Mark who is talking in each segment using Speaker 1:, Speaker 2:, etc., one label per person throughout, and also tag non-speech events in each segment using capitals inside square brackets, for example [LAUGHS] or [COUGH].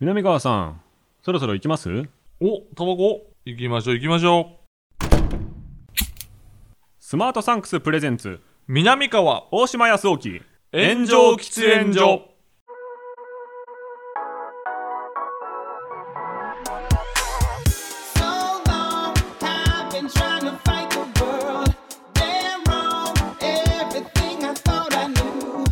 Speaker 1: 南川さん、そろそろ行きます
Speaker 2: お、タバコ行きましょう行きましょ
Speaker 1: スマートサンクスプレゼンツ、
Speaker 2: う。南川、
Speaker 1: 大島康沖、
Speaker 2: 炎上喫煙所。
Speaker 3: So long, I've been trying to fight the world. Damn wrong, everything I thought I knew.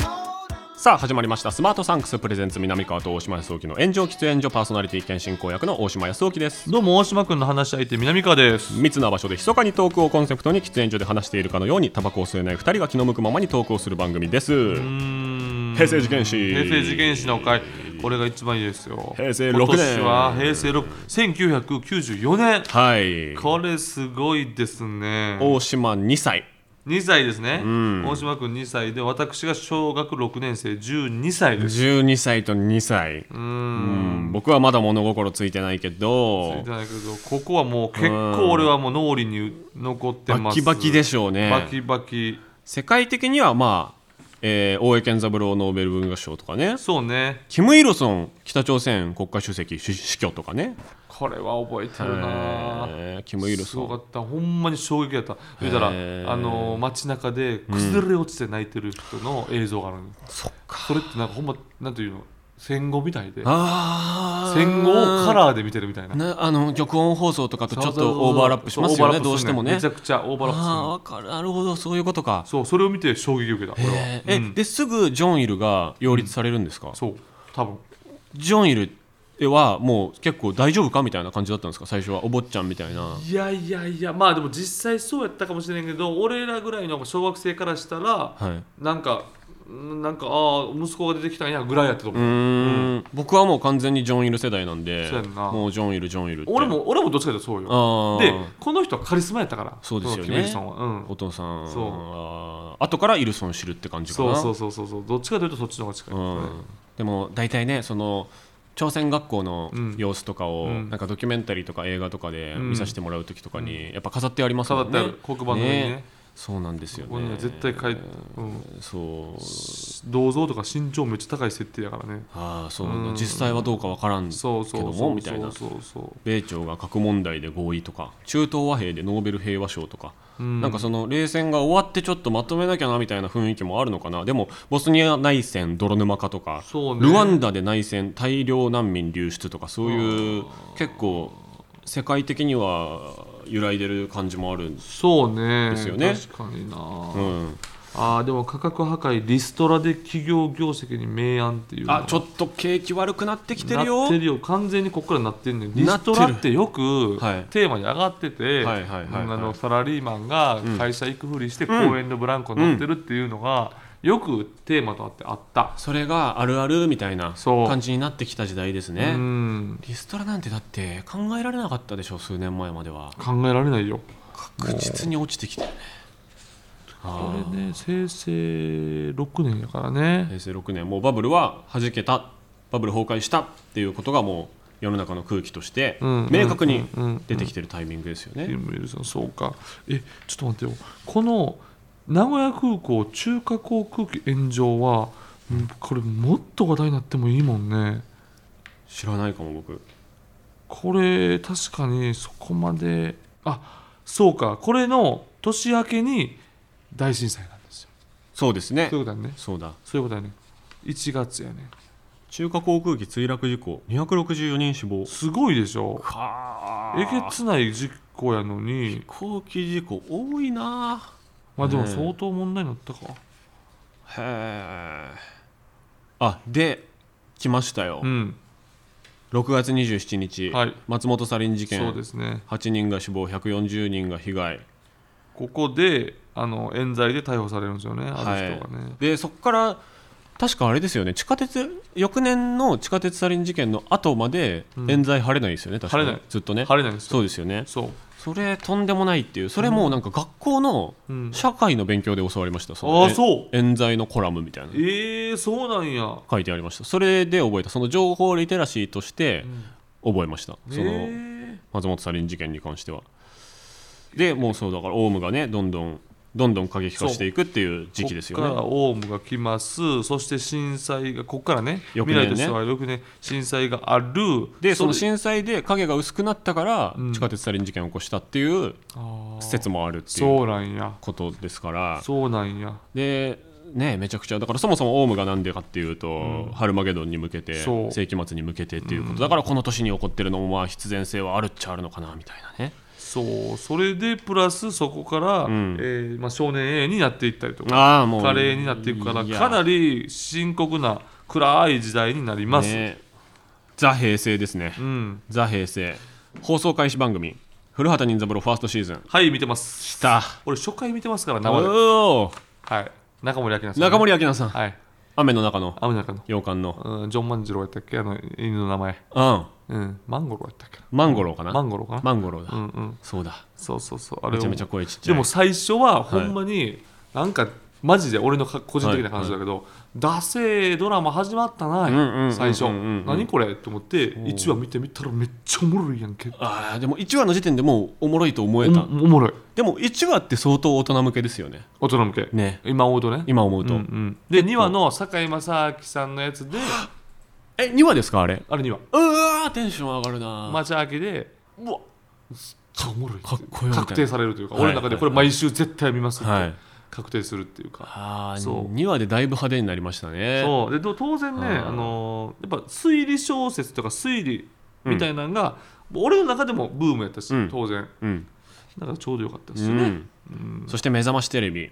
Speaker 3: Hold on.
Speaker 1: さあ始まりましたスマートサンクスプレゼンツ南川と大島康沖の炎上喫煙所パーソナリティ兼進行役の大島康沖です
Speaker 2: どうも、大島くんの話し相手、南川です。
Speaker 1: 密な場所で密かにトークをコンセプトに喫煙所で話しているかのようにタバコを吸えない2人が気の向くままにトークをする番組です
Speaker 2: うーん
Speaker 1: 平成事件史
Speaker 2: 平成事件史の回、これが一番いいですよ。
Speaker 1: 平成六年
Speaker 2: 今年は平成六1994年。
Speaker 1: はい
Speaker 2: これすごいですね。
Speaker 1: 大島2歳
Speaker 2: 2歳ですね。大島くん2歳で、私が小学6年生、12歳です。
Speaker 1: 12歳と2歳
Speaker 2: うー
Speaker 1: う
Speaker 2: ん。
Speaker 1: ん僕はまだ物心ついてないけ
Speaker 2: い
Speaker 1: ど
Speaker 2: ただけどここはもう結構俺はもう脳裏に残ってま
Speaker 1: バ
Speaker 2: す
Speaker 1: キバキでしょう
Speaker 2: バ
Speaker 1: ね
Speaker 2: キバキ
Speaker 1: 世界的にはまあ、えー大江健三郎ノーベル文学賞とかね
Speaker 2: そうね
Speaker 1: キム・イルソン北朝鮮国家主席し死去とかね
Speaker 2: これは覚えてるな
Speaker 1: えーキム・イル
Speaker 2: す
Speaker 1: ソ
Speaker 2: ごか
Speaker 1: ン
Speaker 2: ったほんまに衝撃やった言うたらあ
Speaker 1: へー
Speaker 2: の街中で崩れ落ちて泣いてる人の映像があるの、
Speaker 1: そっか
Speaker 2: それってなんかほんまなんていうの戦後みたいで
Speaker 1: あー
Speaker 2: 戦後をカラーで見てるみたいな
Speaker 1: なあの玉音放送とかとちょっ
Speaker 2: そうそうそう
Speaker 1: とオーバーラップしますよね
Speaker 2: そう
Speaker 1: どうしてもね
Speaker 2: めちゃくちゃオーバーラップする
Speaker 1: ああ
Speaker 2: の
Speaker 1: わかるなるほどそういうことか
Speaker 2: そうそれを見て衝撃を受けた俺は
Speaker 1: えーえ
Speaker 2: うん
Speaker 1: ですぐジョン・イルが擁立されるんですか、
Speaker 2: そう多分
Speaker 1: ジョン・イルはもう結構大丈夫かみたいな感じだったんですか最初はお坊ちゃんみたいない
Speaker 2: やいやいやまあでも実際そうやったかもしれんけど俺らぐらいの小学生からしたら、
Speaker 1: はい
Speaker 2: なんかんなんかああ息子が出てきたんやぐらいやったと思う、
Speaker 1: うーん僕はもう完全にジョン・イル世代なんで
Speaker 2: そうやんな
Speaker 1: もうジョン・イルジョン・イルって
Speaker 2: 俺も俺もどっちかというとそうよ
Speaker 1: あ
Speaker 2: で
Speaker 1: ー
Speaker 2: この人はカリスマやったから
Speaker 1: そうですよね
Speaker 2: このキム・イルソンは、うん、
Speaker 1: お父さん
Speaker 2: そう
Speaker 1: は後からイルソン知るって感じか
Speaker 2: そ
Speaker 1: な
Speaker 2: うそうそうそうそうどっちかというとそっちの方が近い、
Speaker 1: うん、でも大体ねその朝鮮学校の
Speaker 2: うん
Speaker 1: 様子とかを、
Speaker 2: うん
Speaker 1: なんかドキュメンタリーとか映画とかで
Speaker 2: うん
Speaker 1: 見させてもらう時とかに、やっぱ飾ってありますも
Speaker 2: 飾っ
Speaker 1: んね
Speaker 2: てある、黒板の上にね
Speaker 1: そうなんですよ
Speaker 2: ここに
Speaker 1: ね
Speaker 2: は絶対書いて、うん、
Speaker 1: そう
Speaker 2: 銅像とか身長めっちゃ高い設定やからね
Speaker 1: ああそうなんだ、
Speaker 2: うん
Speaker 1: 実際はどうかわからんけど
Speaker 2: そ
Speaker 1: も
Speaker 2: うそうそう
Speaker 1: みたいな
Speaker 2: そうそうそ
Speaker 1: 米朝が核問題で合意とか中東和平でノーベル平和賞とか、
Speaker 2: う、うん、
Speaker 1: なんかその冷戦が終わってちょっとまとめなきゃなみたいな雰囲気もあるのかなでもボスニア内戦泥沼化とか、
Speaker 2: そうね
Speaker 1: ルワンダで内戦大量難民流出とかそういう結構世界的には揺らいでる感じもあるんです、
Speaker 2: そうね
Speaker 1: ですよね
Speaker 2: 確かにな、
Speaker 1: うん、
Speaker 2: あーでも価格破壊リストラで企業業績に明暗っていう
Speaker 1: あちょ
Speaker 2: っ
Speaker 1: っと景気悪くなってきて
Speaker 2: な
Speaker 1: るよ
Speaker 2: ってるよ完全にここからなってんねんリ
Speaker 1: な
Speaker 2: ス
Speaker 1: ってる
Speaker 2: トラってよく
Speaker 1: はい
Speaker 2: テーマに上がってて
Speaker 1: はいはいはいはい
Speaker 2: うんあのサラリーマンが会社行くふりして公園のブランコに乗ってるっていうのがよくテーマとあってあった、
Speaker 1: それがあるあるみたいな
Speaker 2: そう
Speaker 1: 感じになってきた時代ですね、
Speaker 2: うん
Speaker 1: リストラなんてだって考えられなかったでしょ数年前までは
Speaker 2: 考えられないよ
Speaker 1: 確実に落ちてきたよね
Speaker 2: これね平成6年やからね
Speaker 1: 平成6年もうバブルは弾けたバブル崩壊したっていうことがもう世の中の空気として
Speaker 2: うん
Speaker 1: 明確に
Speaker 2: うんうんうん
Speaker 1: 出てきてるタイミングですよ
Speaker 2: ティ
Speaker 1: ね。
Speaker 2: ム・ウィルソンそうかえちょっと待ってよこの名古屋空港中華航空機炎上はうんこれもっと話題になってもいいもんね
Speaker 1: 知らないかも僕
Speaker 2: これ確かにそこまであそうかこれの年明けに大震災なんですよ
Speaker 1: そうですね
Speaker 2: そういうことだね
Speaker 1: そうだ
Speaker 2: そういうことだね1月やね
Speaker 1: 中華航空機墜落事故264人死亡
Speaker 2: すごいでしょ
Speaker 1: か
Speaker 2: えげつない事故やのに
Speaker 1: 飛行機事故多いな
Speaker 2: まあでも
Speaker 1: ねえ
Speaker 2: 相当問題になったか
Speaker 1: へえあで来ましたよ、
Speaker 2: うん
Speaker 1: 6月27日、
Speaker 2: はい
Speaker 1: 松本サリン事
Speaker 2: そう
Speaker 1: 件
Speaker 2: ですね
Speaker 1: 8人が死亡140人が被害
Speaker 2: ここであの冤罪で逮捕されるんですよね、あの人がね。
Speaker 1: でそこから確かあれですよね地下鉄翌年の地下鉄サリン事件の後まで
Speaker 2: うん
Speaker 1: 冤罪晴れないですよね、確か
Speaker 2: 晴れ
Speaker 1: に
Speaker 2: ない
Speaker 1: ずっとね
Speaker 2: 晴れないんです
Speaker 1: そ
Speaker 2: よ。
Speaker 1: うですよね
Speaker 2: そう。
Speaker 1: それとんでもないっていうそれもうなんか学校の
Speaker 2: うん、
Speaker 1: 社会の勉強で教わりましたその
Speaker 2: ああ、そう。
Speaker 1: え冤罪のコラムみたいなの
Speaker 2: ええそうなんや。
Speaker 1: 書いてありましたそれで覚えたその情報リテラシーとして
Speaker 2: うん
Speaker 1: 覚えました、その
Speaker 2: ええ
Speaker 1: 松本サリン事件に関してはでもうそうだからオウムがねどんどんどんどん過激化していくっていう時期ですよ
Speaker 2: ここから
Speaker 1: ね。
Speaker 2: オウムが来ますそして震災がここからね
Speaker 1: 翌
Speaker 2: 未
Speaker 1: 年ね
Speaker 2: 来としては翌年震災がある
Speaker 1: でその
Speaker 2: れ
Speaker 1: 震災で影が薄くなったから
Speaker 2: うん
Speaker 1: 地下鉄サリン事件を起こしたっていう
Speaker 2: あー
Speaker 1: 説もあるってい
Speaker 2: そううなんや
Speaker 1: ことですから
Speaker 2: そうなんや
Speaker 1: でねめちゃくちゃだからそもそもオウムがなんでかっていうと、ハルマゲドンに向けて
Speaker 2: そう
Speaker 1: 世紀末に向けてっていうこと、だからこの年に起こってるのもまあ必然性はあるっちゃあるのかなみたいなね
Speaker 2: そうそれでプラスそこから、
Speaker 1: ん
Speaker 2: えーまあ、少年 A になっていったりとか
Speaker 1: ああもう
Speaker 2: カレーになっていくから
Speaker 1: いや
Speaker 2: かなり深刻な暗い時代になります、
Speaker 1: ねザ平成ですね、
Speaker 2: うん
Speaker 1: ザ平成放送開始番組古畑任三郎ファーストシーズン
Speaker 2: はい見てます
Speaker 1: 来た
Speaker 2: 俺初回見てますから生で、
Speaker 1: おー
Speaker 2: はい、中森明菜さんね、
Speaker 1: 中森明菜さん、
Speaker 2: はい
Speaker 1: 雨の中の
Speaker 2: 雨の中の
Speaker 1: 洋館の
Speaker 2: うん、ジョン万次郎やったっけあの犬の名前。
Speaker 1: うん
Speaker 2: うん、マンゴローやったっけな
Speaker 1: マンゴローかな
Speaker 2: マンゴローかな
Speaker 1: マンゴローだ、
Speaker 2: うんうん。
Speaker 1: そうだ
Speaker 2: そうそうそう。あれを
Speaker 1: めちゃめちゃ声ちっちゃ
Speaker 2: で
Speaker 1: い
Speaker 2: も最初はほんまに、なんかマジで俺のか個人的な感じだけど、ダセードラマ始まったな、
Speaker 1: んうんうん
Speaker 2: 最初。
Speaker 1: うんうんうん
Speaker 2: 何これと思って、1話見てみたらめっちゃおもろいやんけ。
Speaker 1: あーでも1話の時点でもうおもろいと思
Speaker 2: お
Speaker 1: えた、
Speaker 2: おもろい。
Speaker 1: でも1話って相当大人向けですよね
Speaker 2: 大人向け。
Speaker 1: ね
Speaker 2: 今思うとね。
Speaker 1: 今思う
Speaker 2: うん
Speaker 1: と、
Speaker 2: うん、で、2話の堺正明さんのやつで、
Speaker 1: え2話ですかあれ
Speaker 2: あれ2話、
Speaker 1: うわーテンション上がるな、
Speaker 2: 町明けで、うわおもろい。
Speaker 1: かっこよみたいな
Speaker 2: 確定されるというか、
Speaker 1: はい
Speaker 2: 俺の中でこれ毎週絶対見ますって、
Speaker 1: はい
Speaker 2: 確定するっていうか、
Speaker 1: ああ
Speaker 2: そう
Speaker 1: 2話でだいぶ派手になりましたね
Speaker 2: そうでど当然ね、
Speaker 1: あー
Speaker 2: あのーやっぱ推理小説とか推理みたいなのが、俺の中でもブームやったし、
Speaker 1: うん
Speaker 2: 当然
Speaker 1: う、ん
Speaker 2: だからちょうどよかったで
Speaker 1: う
Speaker 2: すよね、
Speaker 1: んそして「目覚ましテレビ」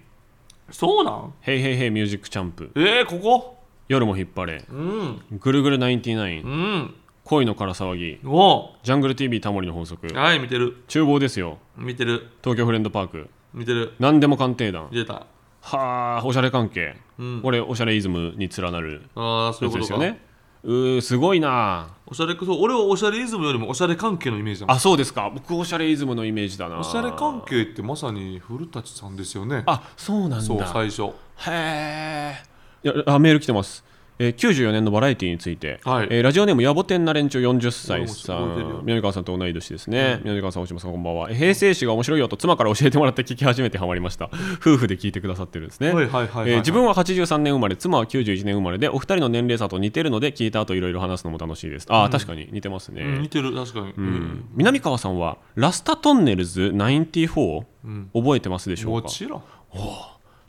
Speaker 2: そうなん
Speaker 1: 「ヘイヘイヘイミュージックチャンプ」
Speaker 2: えー、ここ
Speaker 1: 「夜も引っ張れ」
Speaker 2: うん
Speaker 1: 「ぐるぐるナインティナイ
Speaker 2: う
Speaker 1: ン」
Speaker 2: ん
Speaker 1: 「恋のから騒ぎ」
Speaker 2: お
Speaker 1: 「ジャングル TV タモリの法則
Speaker 2: う」はい見てる
Speaker 1: 「厨房ですよ」
Speaker 2: 見てる
Speaker 1: 「東京フレンドパーク」
Speaker 2: 見てる
Speaker 1: 「何でも鑑定団
Speaker 2: 見」てた
Speaker 1: はあおしゃれ関係、
Speaker 2: うん
Speaker 1: これおしゃれイズムに連なる
Speaker 2: ああそう
Speaker 1: や
Speaker 2: いう
Speaker 1: つです
Speaker 2: ことか
Speaker 1: よねうーすごいな
Speaker 2: おしゃれそう俺はおしゃれイズムよりもおしゃれ関係のイメージだもん
Speaker 1: あそうですか僕おしゃれイズムのイメージだな
Speaker 2: おしゃれ関係ってまさに古舘さんですよね
Speaker 1: あそうなん
Speaker 2: そう
Speaker 1: だ
Speaker 2: 最初
Speaker 1: へえいやあメール来てます、えー、94年のバラエティについて、
Speaker 2: はい
Speaker 1: えーラジオネーム野暮天な連中40歳さ
Speaker 2: 覚えてるよ
Speaker 1: ん南川さんと同い年ですね、南川さん大島さんこんばんはえー平成史が面白いよと妻から教えてもらって聞き始めてハマりました [LAUGHS] 夫婦で聞いてくださってるんですね、
Speaker 2: はいはいはいはいはい
Speaker 1: えー自分は83年生まれ妻は91年生まれでお二人の年齢差と似てるので聞いた後いろいろ話すのも楽しいですあー、確かに似てますね、
Speaker 2: うん似てる確かに、う
Speaker 1: うん
Speaker 2: ん、
Speaker 1: 南川さんはラスタトンネルズ94、
Speaker 2: ん
Speaker 1: 覚えてますでしょう
Speaker 2: も
Speaker 1: か
Speaker 2: ちろん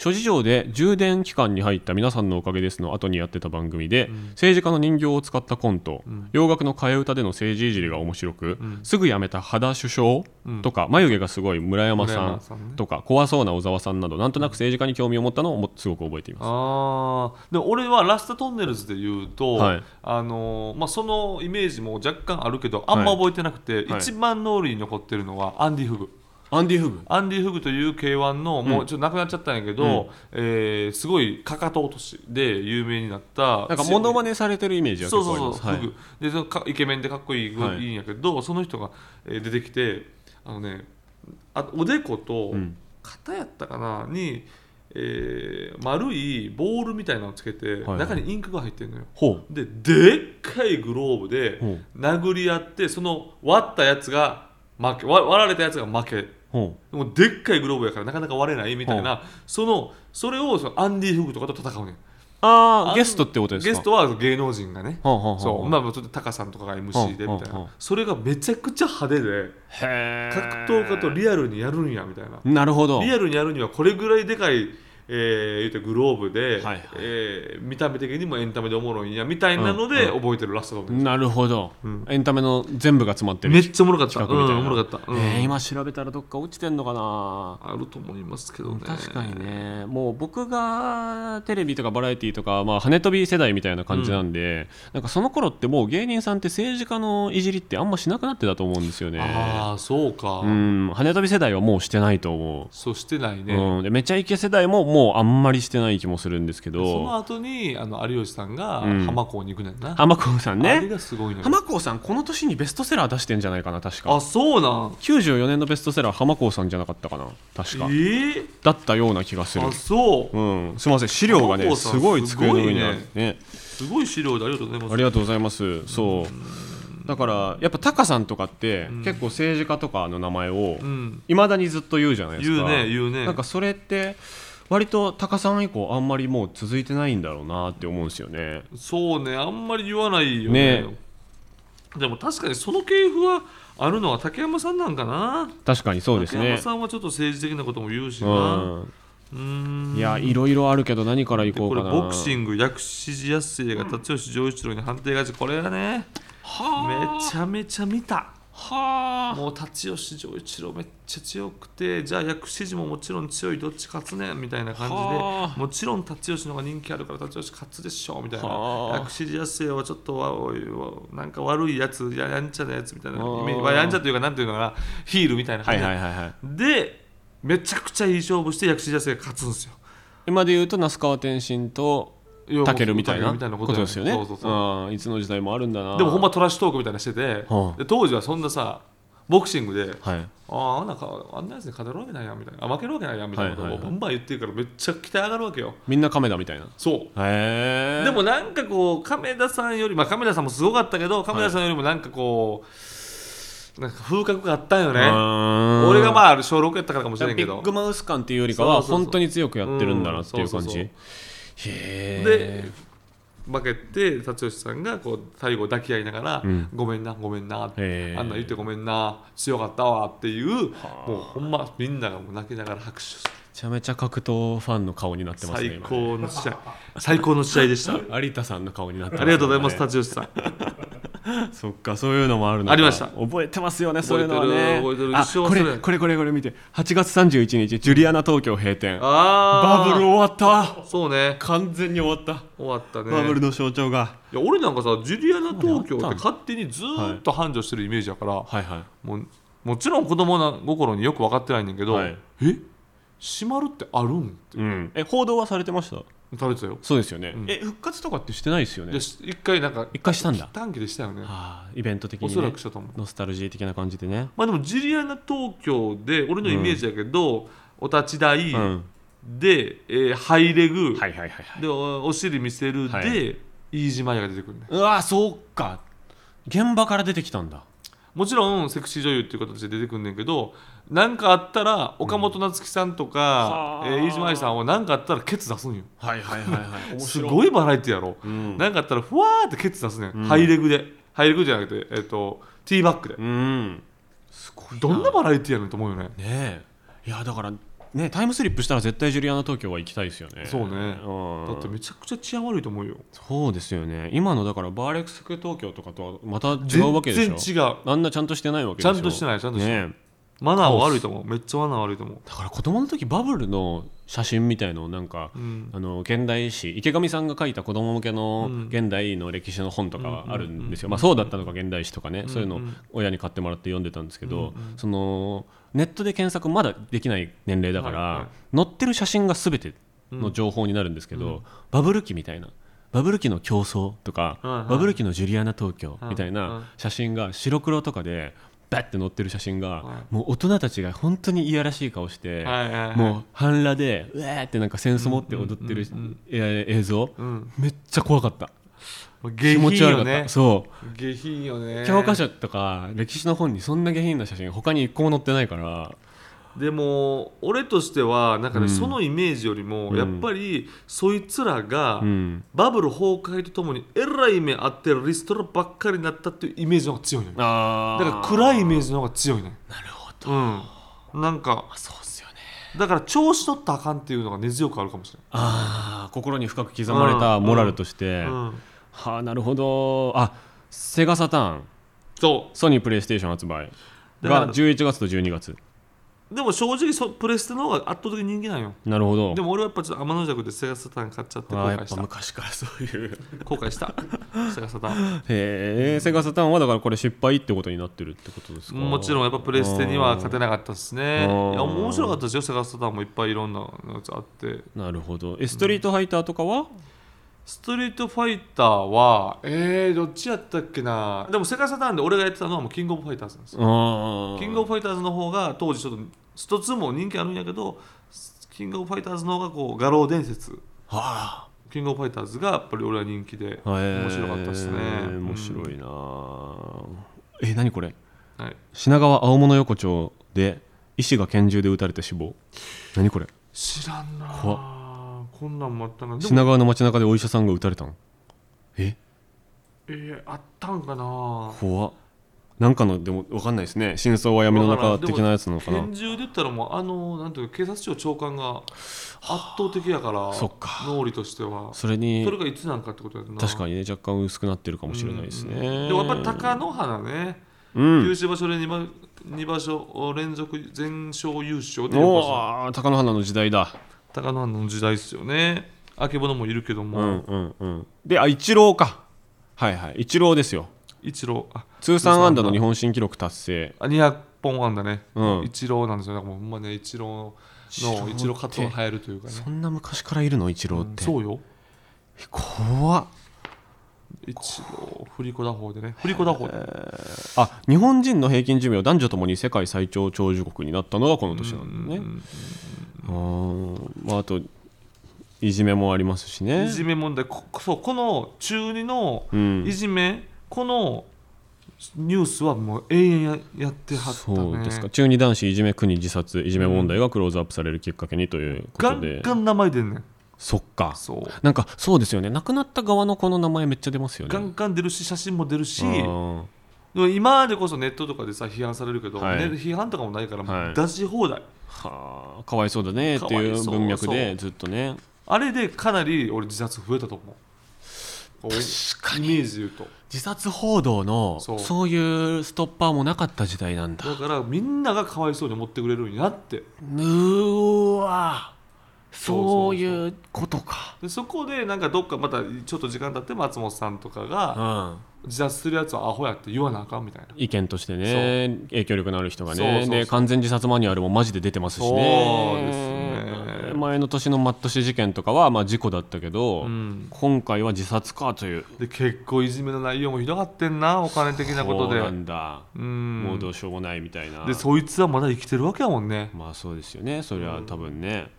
Speaker 1: 諸事情で充電期間に入った皆さんのおかげですの後にやってた番組で、政治家の人形を使ったコント、洋楽の替え歌での政治いじりが面白く、すぐ辞めた羽田首相とか、眉毛がすごい村山
Speaker 2: 村
Speaker 1: さ
Speaker 2: 山さんね
Speaker 1: んとか怖そうな小沢さんなどなんとなく政治家に興味を持ったのをもすごく覚えています。
Speaker 2: あーでも俺はラストトンネルズで言うと、
Speaker 1: はい
Speaker 2: あのーまあ、そのイメージも若干あるけどあんま
Speaker 1: はい
Speaker 2: 覚えてなくて、
Speaker 1: はい
Speaker 2: 一番脳裏に残ってるのはアンディ・フグ。
Speaker 1: アンディ・フグ
Speaker 2: アンディ・フグという k 1のもうちょっとなくなっちゃったんやけど、えーすごいかかと落としで有名になった
Speaker 1: なんかモノマネされてるイメージが
Speaker 2: そう
Speaker 1: 結構
Speaker 2: そ
Speaker 1: あ
Speaker 2: う
Speaker 1: り
Speaker 2: そう
Speaker 1: ます。はい
Speaker 2: フグでそのかイケメンでかっこいい,、
Speaker 1: はい
Speaker 2: い、いんやけどその人が、えー出てきてあのねあおでこと
Speaker 1: ん
Speaker 2: 肩やったかなに、えー丸いボールみたいなのをつけて、
Speaker 1: はいはい
Speaker 2: 中にインクが入ってるのよ
Speaker 1: ほう
Speaker 2: ででっかいグローブで
Speaker 1: ほう
Speaker 2: 殴り合ってその割ったやつが負け割割られたやつが負け
Speaker 1: ほう
Speaker 2: でもでっかいグローブやからなかなか割れないみたいなそのそれをそのアンディ・フグとかと戦うねん
Speaker 1: あ
Speaker 2: あ
Speaker 1: あゲストってことですか
Speaker 2: ゲストは芸能人がね
Speaker 1: ほうほうほう
Speaker 2: そうまあちょっとタカさんとかが MC でみたい
Speaker 1: うんうんうん
Speaker 2: なそれがめちゃくちゃ派手で
Speaker 1: へ
Speaker 2: 格
Speaker 1: ー
Speaker 2: 闘家とリアルにやるんやみたいな
Speaker 1: なるほど
Speaker 2: リアルにやるにはこれぐらいでかいえー言うてグローブで、
Speaker 1: はいはい
Speaker 2: えー見た目的にもエンタメでおもろいんやみたいなので
Speaker 1: うん
Speaker 2: 覚えてるラストだもん、
Speaker 1: なるほど、
Speaker 2: ん
Speaker 1: エンタメの全部が詰まってる
Speaker 2: めっちゃおもろかった
Speaker 1: 近
Speaker 2: う
Speaker 1: くみたい
Speaker 2: ん
Speaker 1: な
Speaker 2: おもろかった、うん
Speaker 1: えー今調べたらどっか落ちてんのかな
Speaker 2: あると思いますけどね
Speaker 1: 確かにねもう僕がテレビとかバラエティとか、まあ、跳ね飛び世代みたいな感じなんで、なんかその頃ってもう芸人さんって政治家のいじりってあんましなくなってたと思うんですよね
Speaker 2: ああそうか、
Speaker 1: うん跳ね飛び世代はもうしてないと思、
Speaker 2: そうしてないうね、
Speaker 1: うん、でめちゃイケ世代ももうあんまりしてない気もするんですけ
Speaker 2: その
Speaker 1: ど
Speaker 2: 後にあの有吉さんが
Speaker 1: うん
Speaker 2: 浜港に行くねんな、
Speaker 1: 浜子さん
Speaker 2: あれ
Speaker 1: ね
Speaker 2: がすごいのよ
Speaker 1: 浜子さんこの年にベストセラー出してんじゃないかな確か
Speaker 2: あそうなん
Speaker 1: 94年のベストセラー浜子さんじゃなかったかな確
Speaker 2: え
Speaker 1: か
Speaker 2: ー、
Speaker 1: だったような気がする
Speaker 2: あそう、
Speaker 1: うん、すみません資料が
Speaker 2: 浜
Speaker 1: ね
Speaker 2: 口さん
Speaker 1: すごい机の上にある
Speaker 2: す
Speaker 1: ね
Speaker 2: すごい資料でありがとうございます
Speaker 1: ありがとうございますそうだからやっぱタカさんとかって
Speaker 2: うん
Speaker 1: 結構政治家とかの名前を
Speaker 2: うん
Speaker 1: いまだにずっと言うじゃないです
Speaker 2: 言う
Speaker 1: か
Speaker 2: ね言うね
Speaker 1: なんかそれって割とタカさん以降あんまりもう続いてないんだろうなって思うんですよね
Speaker 2: そうねあんまり言わないよね
Speaker 1: ね
Speaker 2: でも確かにその系譜はあるのは竹山さんなんかな
Speaker 1: 確かにそうです
Speaker 2: 竹山
Speaker 1: ね
Speaker 2: さんはちょっと政治的なことも言うし
Speaker 1: う
Speaker 2: なんうーん
Speaker 1: いやいろいろあるけど何からい
Speaker 2: で
Speaker 1: こ
Speaker 2: こ
Speaker 1: う
Speaker 2: れ
Speaker 1: かな
Speaker 2: ボクシング薬師寺康生が辰吉丈一郎に判定勝ちこれがねめちゃめちゃ見た
Speaker 1: はあ
Speaker 2: もう辰吉丈一郎めっちゃ強くてじゃあ薬師寺ももちろん強いどっち勝つねんみたいな感じ
Speaker 1: は
Speaker 2: でもちろん辰吉の方が人気あるから辰吉勝つでしょみたいな
Speaker 1: はあ
Speaker 2: 薬師寺康生はちょっとわおいわなんか悪いやつややんちゃなやつみたいなイメ
Speaker 1: はあ
Speaker 2: ージまあやんちゃというかなんていうのかなヒールみたいな
Speaker 1: は
Speaker 2: 感
Speaker 1: い
Speaker 2: じで,、
Speaker 1: はいはいはい
Speaker 2: でめちゃくちゃいい勝負して薬師寺康生が勝つんですよ
Speaker 1: 今で言うと那須川天心と
Speaker 2: いや
Speaker 1: タケルみたいな
Speaker 2: タケルみ
Speaker 1: ことですよね
Speaker 2: そうそうそう
Speaker 1: うんいつの時代もあるんだな
Speaker 2: でもほんまトラッシュトークみたいなのしてて、
Speaker 1: はあ
Speaker 2: で当時はそんなさボクシングで
Speaker 1: はい
Speaker 2: ああなんかあんなやつに勝てるわけないやんみたいなあ負けるわけないやんみたいなこと
Speaker 1: はい
Speaker 2: を
Speaker 1: はいは
Speaker 2: バ
Speaker 1: い
Speaker 2: ンバン言ってるからめっちゃ期待上がるわけよ
Speaker 1: みんな亀田みたいな
Speaker 2: そう
Speaker 1: へえ
Speaker 2: でもなんかこう亀田さんよりまあ亀田さんもすごかったけど亀田さんよりもなんかこう、なんか風格があったんよね俺
Speaker 1: 俺
Speaker 2: がまあある小6やったからかもしれん
Speaker 1: ビ
Speaker 2: け
Speaker 1: ッ
Speaker 2: ど
Speaker 1: グマウス感っていうよりかは
Speaker 2: そうそうそう
Speaker 1: 本当に強くやってるんだなっていう
Speaker 2: うんそう
Speaker 1: 感
Speaker 2: そう
Speaker 1: じ
Speaker 2: そう
Speaker 1: へえ
Speaker 2: で負けて辰吉さんがこう最後抱き合いながら「
Speaker 1: んご
Speaker 2: ごめんなごめんな」
Speaker 1: へー
Speaker 2: あんなん言ってごめんな強かったわっていうもうほんまみんながもう泣きながら拍手する
Speaker 1: めちゃめちゃ格闘ファンの顔になってますね
Speaker 2: 最
Speaker 1: 今ね
Speaker 2: 高の試合最高の試合でし
Speaker 1: [LAUGHS]
Speaker 2: た
Speaker 1: 有田さんの顔になって
Speaker 2: [LAUGHS] ありがとうございます
Speaker 1: ね
Speaker 2: 辰吉さん
Speaker 1: そっかそういうのもあるのか
Speaker 2: ありました
Speaker 1: 覚えてますよねそういうのはね
Speaker 2: 覚えてる
Speaker 1: あこ
Speaker 2: 覚えてる一生忘れな
Speaker 1: れ
Speaker 2: い
Speaker 1: これこれこれ見て8月31日ジュリアナ東京閉店
Speaker 2: あ
Speaker 1: バ
Speaker 2: ー
Speaker 1: ブル終わった
Speaker 2: そうね
Speaker 1: 完全に終わった
Speaker 2: 終わったね
Speaker 1: バブルの象徴が
Speaker 2: いや俺なんかさジュリアナ東京って
Speaker 1: あったん
Speaker 2: 勝手にずーっと繁盛してるイメージやから、
Speaker 1: はいはい
Speaker 2: もうもちろん子供の心によく分かってないねんだけど、
Speaker 1: はい
Speaker 2: え閉まるってあるんって
Speaker 1: うんえ報道はされてました
Speaker 2: 食べてたよ
Speaker 1: そうですよね
Speaker 2: ん
Speaker 1: え復活とかってしてないですよね
Speaker 2: でし一回なんか
Speaker 1: 一回したんだ
Speaker 2: 短期でしたよね
Speaker 1: ああイベント的に、
Speaker 2: お
Speaker 1: ね、
Speaker 2: そらくしたと思う
Speaker 1: ノスタルジー的な感じでね
Speaker 2: まあでもジュリアナ東京で俺のイメージやけど、お立ち台
Speaker 1: うん
Speaker 2: で、えーハイレグ、
Speaker 1: はいはいはいはい
Speaker 2: でおお尻見せるで、
Speaker 1: は
Speaker 2: 飯島屋が出てくるね
Speaker 1: うわそうか現場から出てきたんだ
Speaker 2: もちろんセクシー女優っていう形で出てくんねんけど何かあったら岡本夏樹さんとか、
Speaker 1: うん
Speaker 2: えー飯島愛さんは何かあったらケツ出すんよ
Speaker 1: はいはいはい [LAUGHS] はい面
Speaker 2: す
Speaker 1: 白い
Speaker 2: ごいバラエティやろ
Speaker 1: うん
Speaker 2: 何、かあったらふわーってケツ出すねん、ハイレグでハイレグじゃなくて、えー、とティーバックで、
Speaker 1: うんすごいな
Speaker 2: どんなバラエティやねんと思うよね
Speaker 1: ねえいやだからねタイムスリップしたら絶対ジュリアナ東京は行きたいですよね
Speaker 2: そうね
Speaker 1: うん
Speaker 2: だってめちゃくちゃ治安悪いと思うよ
Speaker 1: そうですよね今のだからバーレックス東京とかとはまた違うわけでしょ
Speaker 2: 全然違う
Speaker 1: あんなちゃんとしてないわけでしょ
Speaker 2: ちゃんとしてないちゃんとしてな
Speaker 1: ねえ
Speaker 2: マナー悪いと思うめっちゃマナー悪いと思う
Speaker 1: だから子供の時バブルの写真みたいのをなんか、
Speaker 2: ん
Speaker 1: あの現代史池上さんが書いた子供向けの現代の歴史の本とかはあるんですよ、まあ、そうだったのか現代史とかね、そういうのを親に買ってもらって読んでたんですけど、そのネットで検索まだできない年齢だから、
Speaker 2: はいは
Speaker 1: 載ってる写真が全ての情報になるんですけど、バブル期みたいな。バブル期の競争とか、
Speaker 2: はいはい
Speaker 1: バブル期のジュリアナ東京みたい
Speaker 2: はいはい
Speaker 1: な写真が白黒とかでバッて載ってる写真が、
Speaker 2: は
Speaker 1: もう大人たちが本当にいやらしい顔して、
Speaker 2: はいはいはい
Speaker 1: もう半裸でうわーってなんか扇子持って踊ってるえー映像、
Speaker 2: うん
Speaker 1: めっちゃ怖かった気持ち悪
Speaker 2: 下品
Speaker 1: か
Speaker 2: よ
Speaker 1: った、
Speaker 2: ね
Speaker 1: そう
Speaker 2: 下品よね
Speaker 1: 教科書とか歴史の本にそんな下品な写真他に一個も載ってないから
Speaker 2: でも俺としてはなんかね、そのイメージよりも、やっぱりそいつらが、
Speaker 1: うん
Speaker 2: バブル崩壊とともにえらい目あってリストラばっかりになったっていうイメージの方が強いのよだ
Speaker 1: あ
Speaker 2: から暗いイメージの方が強いのよ
Speaker 1: なるほど
Speaker 2: うんなんか
Speaker 1: そうっすよね
Speaker 2: だから調子取ったらあかんっていうのが根強くあるかもしれ
Speaker 1: ああ心に深く刻まれたモラルとして、
Speaker 2: ない、うん、
Speaker 1: はあなるほどあセガサターン
Speaker 2: そ
Speaker 1: ソニープレイステーション発売
Speaker 2: だから
Speaker 1: が11月と12月
Speaker 2: うでも正直そプレステの方が圧倒的に人気なんよ
Speaker 1: なるほど
Speaker 2: でも俺はやっぱちょっと天の弱でセガサターン買っちゃって後
Speaker 1: あーや
Speaker 2: 悔
Speaker 1: っ
Speaker 2: し
Speaker 1: ぱ
Speaker 2: た
Speaker 1: 昔からそういう
Speaker 2: 後悔
Speaker 1: [LAUGHS]
Speaker 2: したセガサターン
Speaker 1: へえセガサターンはだからこれ失敗ってことになってるってことですか
Speaker 2: もちろんやっぱプレステには勝てなかったですねいや
Speaker 1: あー
Speaker 2: 面白かったですよセガサターンもいっぱいいろんなやつあって
Speaker 1: なるほどえストリートファイターとかは、
Speaker 2: ストリートファイターはえー、どっちやったっけなでもセガサターンで俺がやってたのはもうキングオブファイターズなんですよ
Speaker 1: ああ
Speaker 2: キングオブファイターズの方が当時ちょっとスト2も人気あるんやけどキングオブファイターズの方がこう画廊伝説
Speaker 1: は
Speaker 2: キングオブファイターズがやっぱり俺は人気で
Speaker 1: あへー
Speaker 2: 面白かったですね
Speaker 1: 面白
Speaker 2: うん
Speaker 1: いなあ、え何これ
Speaker 2: はい、
Speaker 1: 品川青物横丁で医師が拳銃で撃たれて死亡何これ
Speaker 2: 知らんな
Speaker 1: 怖
Speaker 2: あこんなんもあったなでも、
Speaker 1: 品川の街中でお医者さんが撃たれたのえ
Speaker 2: えー、あったんかな
Speaker 1: 怖っなんかのでも分かんないですね真相は闇の中的なやつなのかな
Speaker 2: 拳銃で言ったらもうあのなんていうか警察庁長官が圧倒的やから
Speaker 1: そっか
Speaker 2: 能力としては
Speaker 1: それ
Speaker 2: それ
Speaker 1: に
Speaker 2: がいつなんかってことやな
Speaker 1: 確か
Speaker 2: に
Speaker 1: にね若干薄くなってるかもしれないですね、
Speaker 2: でもやっぱ貴乃花ね、
Speaker 1: うん
Speaker 2: 九州場所で 2, 場2場所連続全勝優勝で
Speaker 1: お
Speaker 2: 貴
Speaker 1: ー貴乃花の時代だ
Speaker 2: 乃花の時代ですよねあけぼのもいるけども、
Speaker 1: うんうんうんであ一郎かはいはい一郎ですよ
Speaker 2: 一郎あ
Speaker 1: 通算安打の日本新記録達成
Speaker 2: あ200本安打ね、
Speaker 1: うん
Speaker 2: 一郎なんですよだからもうほんまね一郎の
Speaker 1: 一
Speaker 2: 一
Speaker 1: 郎
Speaker 2: 郎
Speaker 1: って
Speaker 2: 加藤が流行るというかね
Speaker 1: そんな昔からいるの一郎って、
Speaker 2: そうよ
Speaker 1: 怖っ
Speaker 2: 一郎振り子打法でね振り子打法で
Speaker 1: あ日本人の平均寿命男女ともに世界最長長寿国になったのがこの年なんだねあーまああといじめもありますしね
Speaker 2: いじめ問題こそうこの中二の
Speaker 1: うん
Speaker 2: いじめ、このニュースはもう永遠ややってはったね
Speaker 1: そうですか中二男子いじめ国自殺いじめ問題がクローズアップされるきっかけにというこ
Speaker 2: ガ
Speaker 1: と
Speaker 2: ン
Speaker 1: で
Speaker 2: ガン名前出んねん
Speaker 1: そっか
Speaker 2: そう
Speaker 1: なんかそうですよね亡くなった側の子の名前めっちゃ出ますよね
Speaker 2: ガンガン出るし写真も出るし
Speaker 1: あー
Speaker 2: でも今でこそネットとかでさ批判されるけど、
Speaker 1: はい
Speaker 2: ね批判とかもないから、
Speaker 1: はい
Speaker 2: 出し放題
Speaker 1: はあかわいそうだねっていう文脈でずっとね
Speaker 2: あれでかなり俺自殺増えたと思う確
Speaker 1: かに
Speaker 2: イメージで言うと
Speaker 1: 自殺報道の
Speaker 2: そう
Speaker 1: そういうストッパーもなかった時代なんだ
Speaker 2: だからみんながかわいそうに思ってくれるんやって
Speaker 1: うーわ
Speaker 2: そうそうそう
Speaker 1: うことか
Speaker 2: でそこでなんかどっかまたちょっと時間経って松本さんとかが自殺するやつはアホやって言わなあかんみたいな
Speaker 1: うん、意見としてね影響力のある人がね
Speaker 2: そうそうそう
Speaker 1: で完全自殺マニュアルもマジで出てますしね
Speaker 2: そうですね
Speaker 1: 前の年のマット氏事件とかはまあ事故だったけど、
Speaker 2: ん
Speaker 1: 今回は自殺かという
Speaker 2: で結構いじめの内容もひどかってんなお金的なこと
Speaker 1: そう
Speaker 2: で
Speaker 1: なんだ、
Speaker 2: うん
Speaker 1: もうどうしようもないみたいな
Speaker 2: でそいつはまだ生きてるわけやもんね
Speaker 1: まあそうですよねそれは多分ね、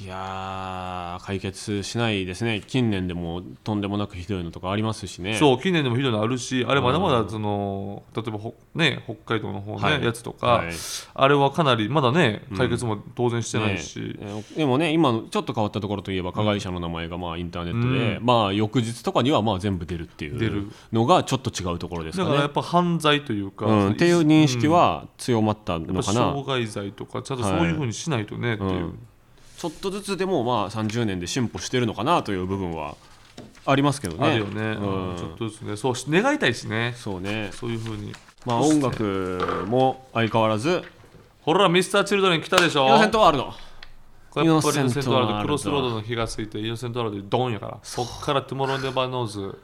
Speaker 1: いやー解決しないですね近年でもとんでもなくひどいのとかありますしね
Speaker 2: そう近年でもひどいのあるしあれまだまだその例えばほ、ね、北海道の方の、ね
Speaker 1: はい
Speaker 2: やつとか、
Speaker 1: はい
Speaker 2: あれはかなりまだね解決も当然してないし、
Speaker 1: ねえでもね今のちょっと変わったところといえば加害者の名前がまあインターネットで、
Speaker 2: う
Speaker 1: まあ翌日とかにはまあ全部出るってい
Speaker 2: 出る
Speaker 1: うのがちょっと違うところです
Speaker 2: だ
Speaker 1: か
Speaker 2: からや
Speaker 1: ね
Speaker 2: っ。ぱ犯罪というか、
Speaker 1: うん、っていう認識
Speaker 2: うん
Speaker 1: は強まった
Speaker 2: や
Speaker 1: の
Speaker 2: っ
Speaker 1: か
Speaker 2: ぱ
Speaker 1: な、
Speaker 2: 傷害罪とかちゃんとそういうふうにしないとねっていう、
Speaker 1: うんちょっとずつでもまあ30年で進歩してるのかなという部分はありますけどね。
Speaker 2: あるよね、
Speaker 1: うん
Speaker 2: うんちょっとずつねそうし願いたいしね
Speaker 1: そうね
Speaker 2: そういうふうに
Speaker 1: まあ音楽も相変わらず
Speaker 2: ほらミスターチルドレン来たで
Speaker 1: 「
Speaker 2: しょ
Speaker 1: イノセントワールド」
Speaker 2: これやっぱり
Speaker 1: イ
Speaker 2: イ
Speaker 1: ノ
Speaker 2: ノ
Speaker 1: セ
Speaker 2: セ
Speaker 1: ント
Speaker 2: ント
Speaker 1: ワ
Speaker 2: ワ
Speaker 1: ール
Speaker 2: ー
Speaker 1: ド
Speaker 2: ルドクロスロードの火がついてイノセントワールドでドンやからそっからトゥモロー・ネバー・ノーズ、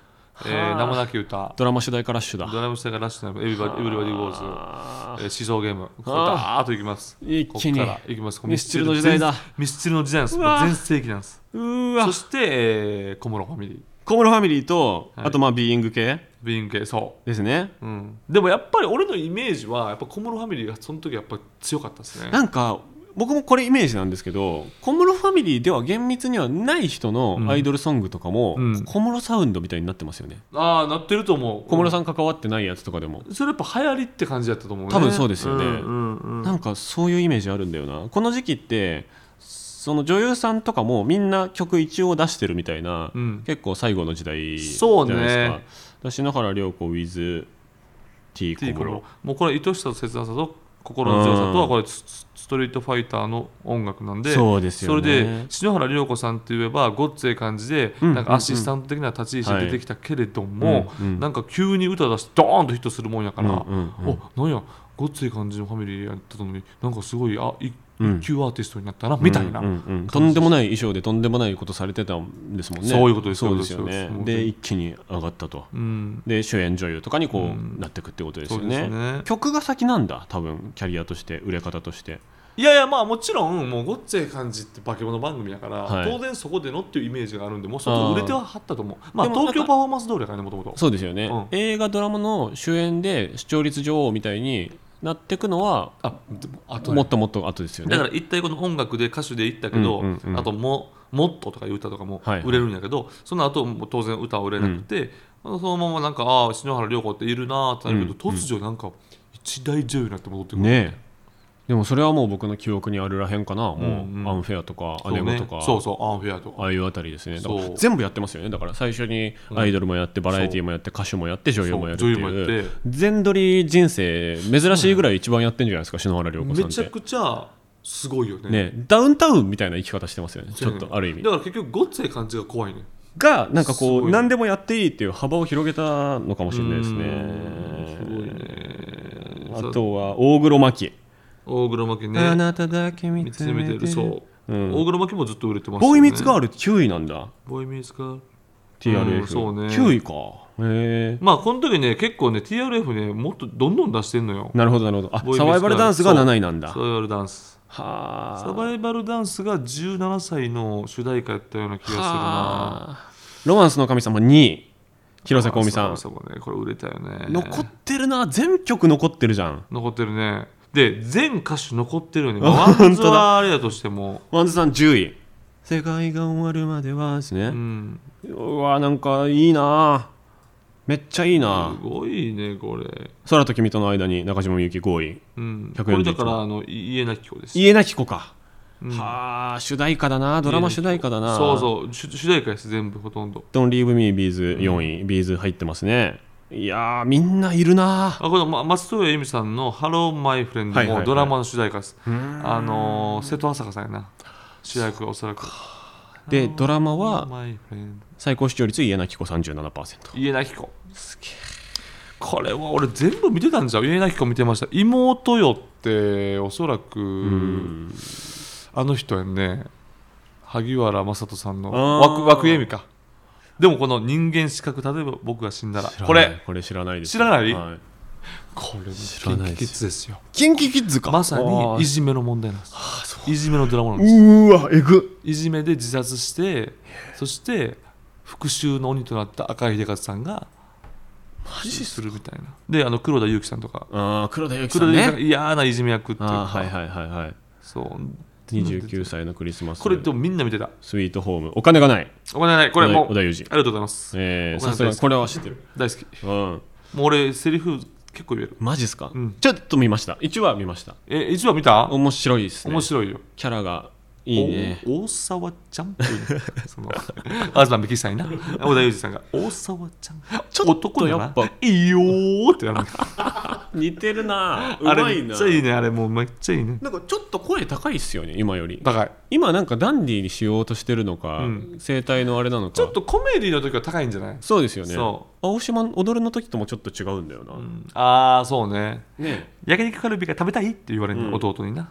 Speaker 2: えー、名もなき歌
Speaker 1: ドラマ主題歌ラッシュだ
Speaker 2: ドラムステがラッシュなエブリバディ・エブリバディ・ゴー
Speaker 1: あ
Speaker 2: ズ、えー、シソーゲームこれ
Speaker 1: あー
Speaker 2: ダーッといきます
Speaker 1: 一
Speaker 2: こっ
Speaker 1: 気に
Speaker 2: からいきます
Speaker 1: ミスチルの時代だ
Speaker 2: ミスチルの時代なんです
Speaker 1: うわー
Speaker 2: 全盛期なんです
Speaker 1: ーうわ
Speaker 2: そして、えー、小室ファミリー
Speaker 1: 小室ファミリーと、
Speaker 2: はい
Speaker 1: あとまあビーイング系
Speaker 2: ビーン系そ
Speaker 1: ですね
Speaker 2: う、うん、でもやっぱり俺のイメージはやっぱ小室ファミリーがその時やっぱ強かったですね
Speaker 1: なんか僕もこれイメージなんですけど小室ファミリーでは厳密にはない人のアイドルソングとかも、
Speaker 2: うん
Speaker 1: 小室サウンドみたいになってますよね
Speaker 2: ああなってると思う
Speaker 1: 小室さん関わってないやつとかでも、
Speaker 2: それやっぱ流行りって感じだったと思うね
Speaker 1: 多分そうですよね
Speaker 2: うんうんうん
Speaker 1: なんかそういうイメージあるんだよなこの時期ってその女優さんとかもみんな曲一応出してるみたいな、
Speaker 2: うん
Speaker 1: 結構最後の時代じ
Speaker 2: そ
Speaker 1: ゃ
Speaker 2: うね
Speaker 1: ないですか、だ篠原涼子 with T 小
Speaker 2: ティー
Speaker 1: 室
Speaker 2: コロもうこれ愛しさと切なさと心の強さとはこれスストリートファイターの音楽なんで
Speaker 1: そうですよね
Speaker 2: それで篠原涼子さんって言えばごっつええ感じで
Speaker 1: うん
Speaker 2: なんかアシスタント的な立ち位置
Speaker 1: はい
Speaker 2: で出てきたけれども
Speaker 1: うんうん
Speaker 2: なんか急に歌出してドーンとヒットするもんやから
Speaker 1: うんうんうん
Speaker 2: おなんやごっつええ感じのファミリーやったのになんかすごいあい
Speaker 1: うん
Speaker 2: 一級アーティストになったなみたいな
Speaker 1: うんうんうんとんでもない衣装でとんでもないことされてたんですもんね
Speaker 2: そういうことです
Speaker 1: そうですよ
Speaker 2: そういう
Speaker 1: ね
Speaker 2: ことです
Speaker 1: で一気に上がったと
Speaker 2: うん
Speaker 1: で主演女優とかにこうなってくってことですよね,、
Speaker 2: そうですね
Speaker 1: 曲が先なんだ多分キャリアとして売れ方として
Speaker 2: いやいやまあもちろんもうごっつええ感じって化け物番組やから、
Speaker 1: はい
Speaker 2: 当然そこでのっていうイメージがあるんでもう外売れてははったと思うまあ
Speaker 1: でもなんか
Speaker 2: 東京パフォーマンス通りやからねもともと
Speaker 1: そうですよね、
Speaker 2: うん
Speaker 1: 映画ドラマの主演で視聴率女王みたいになってくのは
Speaker 2: あでもあと
Speaker 1: もっともっと後ですよね
Speaker 2: だから一体この音楽で歌手で言ったけど、
Speaker 1: うんうんうん
Speaker 2: あとも「もっと」とかいう歌とかも
Speaker 1: はい
Speaker 2: 売れるんやけど、その後も当然歌は売れなくて、そのままなんかああ篠原涼子っているなーってなるけど、
Speaker 1: うん
Speaker 2: 突如なんか一大女優になって戻ってくる
Speaker 1: ねえでもそれはもう僕の記憶にあるらへんかな、
Speaker 2: うんうん
Speaker 1: もうアンフェアとか
Speaker 2: そうね
Speaker 1: 姉御とか
Speaker 2: そうそうアンフェアとか
Speaker 1: ああいうあたりですねだから
Speaker 2: そう
Speaker 1: 全部やってますよねだから最初にアイドルもやって、バラエティーもやって歌手もやって女優もやるって
Speaker 2: そう女優もや
Speaker 1: い
Speaker 2: っ
Speaker 1: う
Speaker 2: て
Speaker 1: 全撮り人生珍しいぐらい一番やってんじゃないですか篠原涼子さん
Speaker 2: め
Speaker 1: っ
Speaker 2: ちゃ
Speaker 1: て
Speaker 2: くちゃすごいよね
Speaker 1: ねダウンタウンみたいな生き方してますよねちょっとある意味
Speaker 2: だから結局ごっつい感じが怖いね
Speaker 1: がなんか
Speaker 2: す
Speaker 1: こ
Speaker 2: ご
Speaker 1: う
Speaker 2: い
Speaker 1: 何でもやっていいっていう幅を広げたのかもしれないです
Speaker 2: すごい
Speaker 1: ね
Speaker 2: ね
Speaker 1: あとは大黒摩季
Speaker 2: 大黒摩季
Speaker 1: あ
Speaker 2: ね
Speaker 1: なただけ見
Speaker 2: 見
Speaker 1: つ
Speaker 2: つ
Speaker 1: め
Speaker 2: め
Speaker 1: て
Speaker 2: てるそう、
Speaker 1: うん
Speaker 2: 大黒摩季もずっと売れてますよね
Speaker 1: ボーイミーツガール9位なんだ
Speaker 2: ボーイミーツガール
Speaker 1: TRF、
Speaker 2: うんそうね
Speaker 1: 9位かへえ
Speaker 2: まあこの時ね結構ね TRF ねもっとどんどん出してんのよ
Speaker 1: なるほどなるほどあ
Speaker 2: ボーイミーツ
Speaker 1: サバイバルダンスが
Speaker 2: そう
Speaker 1: 7位なんだ
Speaker 2: サバイバルダンス
Speaker 1: はあ
Speaker 2: サバイバルダンスが17歳の主題歌やったような気がするな
Speaker 1: はあロマンスの神様2位広瀬香美さん
Speaker 2: そうそうそうねこれ売れたよね
Speaker 1: 残ってるな全曲残ってるじゃん
Speaker 2: 残ってるねで全歌手残ってるよね
Speaker 1: あ
Speaker 2: ワン
Speaker 1: 本
Speaker 2: ズ
Speaker 1: 当だ
Speaker 2: はあれだとしても
Speaker 1: ワンズさん10位世界が終わるまではですね、
Speaker 2: うん
Speaker 1: うわなんかいいなめっちゃいいな
Speaker 2: すごいねこれ
Speaker 1: 空と君との間に中島みゆき5位
Speaker 2: うん
Speaker 1: 141
Speaker 2: これだからあのい家なき子です
Speaker 1: 家なき子か、
Speaker 2: うん
Speaker 1: はあ主題歌だなドラマ主題歌だな
Speaker 2: そうそう主主題歌です全部ほとんど
Speaker 1: 「Don't Leave Me」ビーズ4位、ビーズ入ってますねいやーみんないるな
Speaker 2: あこれま松任谷由実さんの「ハローマイフレンド
Speaker 1: はいはいは
Speaker 2: も
Speaker 1: い
Speaker 2: ドラマの主題歌です、あのー瀬戸朝香さんやな主題歌がおそらく
Speaker 1: でドラマ
Speaker 2: ハロー
Speaker 1: は
Speaker 2: マイフレンド
Speaker 1: 最高視聴率家なき子37%
Speaker 2: 家なき子これは俺全部見てたんじゃう家なき子見てました妹よっておそらくあの人やんね萩原雅人さんの
Speaker 1: あー
Speaker 2: 枠枠絵美かでもこの人間資格例えば僕が死んだらこれ
Speaker 1: これ知らないです
Speaker 2: 知らない
Speaker 1: はい、
Speaker 2: これ知
Speaker 1: らないですよ
Speaker 2: ですよ
Speaker 1: キンキキッズか
Speaker 2: まさ
Speaker 1: あ
Speaker 2: に
Speaker 1: ー
Speaker 2: いじめの問題なんですいじめのドラマなんです
Speaker 1: うーわえぐ
Speaker 2: いじめで自殺してそして復讐の鬼となった赤井秀和さんがマジするみたいなであの黒田裕樹さんとか
Speaker 1: ああ黒田由紀さ
Speaker 2: 黒
Speaker 1: ん
Speaker 2: 田裕樹さんが
Speaker 1: ね
Speaker 2: 嫌ないじめ役っていうか
Speaker 1: あーはいはいはいはい
Speaker 2: そう
Speaker 1: 29歳のクリスマス
Speaker 2: これでもみんな見てた
Speaker 1: スイートホームお金がない
Speaker 2: お金ないこれもう
Speaker 1: 小田裕二
Speaker 2: ありがとうございます、
Speaker 1: えー
Speaker 2: お金
Speaker 1: さ
Speaker 2: ない
Speaker 1: すがこれは知ってる
Speaker 2: 大好き
Speaker 1: うん
Speaker 2: もう俺セリフ結構言える
Speaker 1: マジっすか、
Speaker 2: ん
Speaker 1: ちょっと見ました1話見ました
Speaker 2: え一話見た
Speaker 1: 面白いですね
Speaker 2: 面白いよ
Speaker 1: キャラがいいね
Speaker 2: お大沢ちゃんっていうねその [LAUGHS] 東美樹さんにな小田裕二さん
Speaker 1: [LAUGHS]
Speaker 2: が大沢ちゃん
Speaker 1: ちょっと
Speaker 2: 男だな
Speaker 1: やっぱ
Speaker 2: いいよーってなる
Speaker 1: 似てる [LAUGHS] なう
Speaker 2: あれ
Speaker 1: まい
Speaker 2: め
Speaker 1: な
Speaker 2: っちゃいいねあれもうめっちゃいいね
Speaker 1: なんかちょっと声高いっすよね今より
Speaker 2: 高い
Speaker 1: 今なんかダンディーにしようとしてるのか、
Speaker 2: ん
Speaker 1: 声帯のあれなのか
Speaker 2: ちょっとコメディの時は高いんじゃない
Speaker 1: そうですよね
Speaker 2: そ
Speaker 1: 青島踊るの時ともちょっと違うんだよな、
Speaker 2: ああそうね
Speaker 1: ね
Speaker 2: 焼肉カルビが食べたいって言われる、
Speaker 1: うん
Speaker 2: 弟にな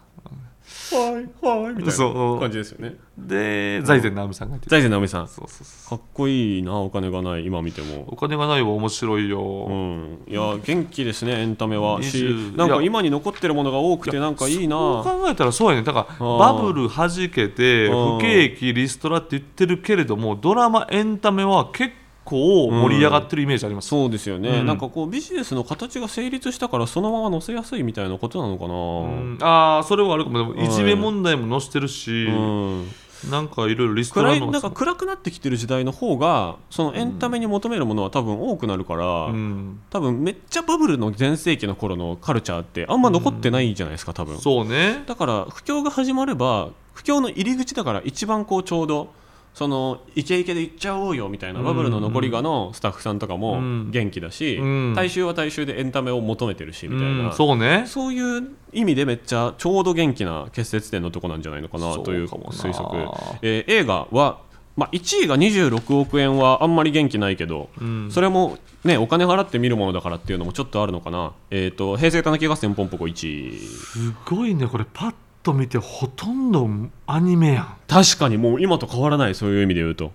Speaker 1: はいはいみたい
Speaker 2: そう
Speaker 1: な感じですよね
Speaker 2: で財前直美さんがいて
Speaker 1: 財前直美さん
Speaker 2: そうそうそう
Speaker 1: かっこいいなお金がない今見ても
Speaker 2: お金がないは面白いよ、
Speaker 1: うんいや元気ですねエンタメはし
Speaker 2: 20
Speaker 1: なんか
Speaker 2: いや
Speaker 1: 今に残ってるものが多くてなんかいい
Speaker 2: そう
Speaker 1: な
Speaker 2: 考えたらそうやねだからバブルはじけて
Speaker 1: うん
Speaker 2: 不景気リストラって言ってるけれどもドラマエンタメは結構盛り上がってるイメージあります、
Speaker 1: そうですよね、
Speaker 2: うん
Speaker 1: なんかこうビジネスの形が成立したからそのまま載せやすいみたいなことなのか
Speaker 2: うん
Speaker 1: な
Speaker 2: ああそれはあるかもでもいじめ問題も載せてるし、
Speaker 1: うん、
Speaker 2: なんかいろいろリスト
Speaker 1: 暗
Speaker 2: ラ
Speaker 1: い
Speaker 2: の
Speaker 1: なんか暗くなってきてる時代の方がそのエンタメに求めるものは多分多くなるから、
Speaker 2: うん、
Speaker 1: 多分めっちゃバブルの全盛期の頃のカルチャーってあんま残ってないじゃないですか多分、
Speaker 2: そうね
Speaker 1: だから不況が始まれば不況の入り口だから一番こうちょうどそのイケイケで行っちゃおうよみたいな
Speaker 2: うん
Speaker 1: バブルの残りがのスタッフさんとか
Speaker 2: う
Speaker 1: も
Speaker 2: ん
Speaker 1: 元気だし、
Speaker 2: うん
Speaker 1: 大衆は大衆でエンタメを求めてるしみたいな、
Speaker 2: うん、そうね
Speaker 1: そういう意味でめっちゃちょうど元気な結節点のとこなんじゃないのかな
Speaker 2: そう
Speaker 1: という
Speaker 2: かもな
Speaker 1: 推測、えー映画は、まあ、1位が26億円はあんまり元気ないけど、
Speaker 2: うん
Speaker 1: それも、ね、お金払って見るものだからっていうのもちょっとあるのかな、えー、と平成たぬき合戦ポンポコ1位
Speaker 2: すごいねこれパッと見てほとんどアニメやん
Speaker 1: 確かにもう今と変わらないそういう意味で言うと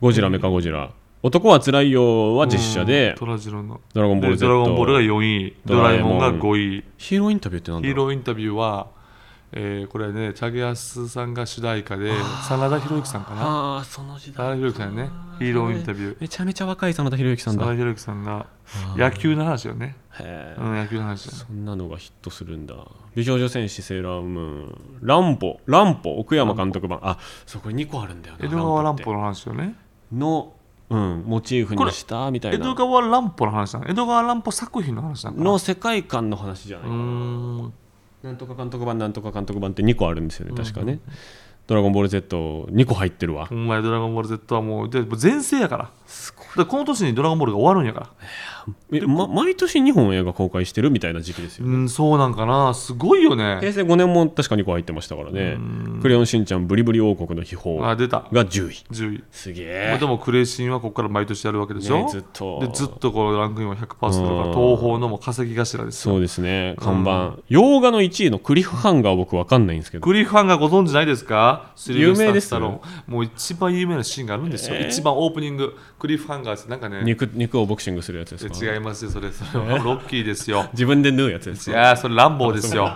Speaker 1: ゴジラメカゴジラ男はつらいよは実写で、
Speaker 2: トラジロの
Speaker 1: ドラゴンボー
Speaker 2: で
Speaker 1: ル
Speaker 2: ド
Speaker 1: Z
Speaker 2: ラゴンボールが4位ドラえもんが5位
Speaker 1: ヒーローインタビューってなんだ
Speaker 2: ヒー
Speaker 1: ろう
Speaker 2: ローインタビューは、えーこれねチャゲアスさんが主題歌で真田広之さんかな
Speaker 1: ああその時代
Speaker 2: 真田広之さんやねヒーローインタビュー
Speaker 1: めちゃめちゃ若い真田広之さん
Speaker 2: 真
Speaker 1: だ
Speaker 2: 田広之さんが野球の話よね、
Speaker 1: へ
Speaker 2: うん、野球の話だね
Speaker 1: そんなのがヒットするんだ美少女戦士セーラームーンランポランポ奥山監督版あそうこれ2個あるんだよな
Speaker 2: 江戸川
Speaker 1: っ
Speaker 2: 乱
Speaker 1: て
Speaker 2: 歩の話よね
Speaker 1: のうん、モチーフ
Speaker 2: こ
Speaker 1: に
Speaker 2: れ
Speaker 1: したみたい
Speaker 2: 江戸
Speaker 1: な
Speaker 2: 川乱歩の話なの江戸川乱歩作品の話なのかな
Speaker 1: の世界観の話じゃないうかな、
Speaker 2: ーん
Speaker 1: なんとか監督版なんとか監督版って2個あるんですよね確かね、ドラゴンボール Z2 個入ってるわ、
Speaker 2: ほんまやドラゴンボール Z はもうでもう全盛やからすごいだからこの年にドラゴンボールが終わるんやから
Speaker 1: えま、毎年2本映画公開してるみたいな時期ですよ、
Speaker 2: うんそうなんかなすごいよね
Speaker 1: 平成5年も確か2個入ってましたからね「クレヨンしんちゃんブリブリ王国の秘宝
Speaker 2: あ」出た
Speaker 1: が10位
Speaker 2: 10位
Speaker 1: すげ
Speaker 2: まあ
Speaker 1: え
Speaker 2: でもクレイシンはここから毎年やるわけでしょ、
Speaker 1: ねずっと
Speaker 2: でずっとこのランクインは100%だから東宝のもう稼ぎ頭ですよ
Speaker 1: そうですね看板洋画の1位のクリフハンガー僕わかんないんですけど
Speaker 2: クリファンがご存知ないですかスリルベスタ
Speaker 1: 有名で
Speaker 2: ー
Speaker 1: す
Speaker 2: スタローンもう一番有名なシーンがあるんですよ、
Speaker 1: えー
Speaker 2: 一番オープニングクリフハンガーですなんかね
Speaker 1: 肉肉をボクシングするやつですか
Speaker 2: 違いますよそれそれはロッキーですよ
Speaker 1: 自分で縫うやつです
Speaker 2: い
Speaker 1: か
Speaker 2: やーそれ乱暴です
Speaker 1: [LAUGHS]
Speaker 2: よ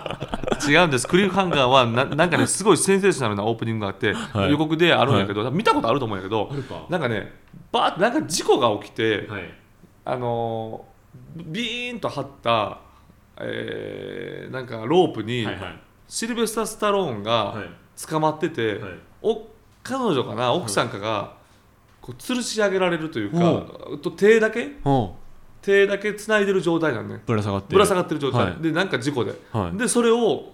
Speaker 2: 違うんですクリフハンガーはななんかねすごいセンセーショナルなオープニングがあって、
Speaker 1: い
Speaker 2: 予告であるんやけど、見たことあると思うんやけど
Speaker 1: るか
Speaker 2: なんかねバーってなんか事故が起きて、
Speaker 1: はい
Speaker 2: あのービーンと張った、えーなんかロープに、
Speaker 1: はいはい
Speaker 2: シルベスタ・スタローン
Speaker 1: は
Speaker 2: が
Speaker 1: い
Speaker 2: 捕まってて、
Speaker 1: はい
Speaker 2: お彼女かな奥さんかが、こう吊るし上げられるというか、
Speaker 1: う
Speaker 2: と手だけ
Speaker 1: おう
Speaker 2: 手だけ繋いでる状態なんね
Speaker 1: ぶら下がって
Speaker 2: ぶら下がってる状態、
Speaker 1: はい
Speaker 2: でなんか事故で、
Speaker 1: はい
Speaker 2: でそれを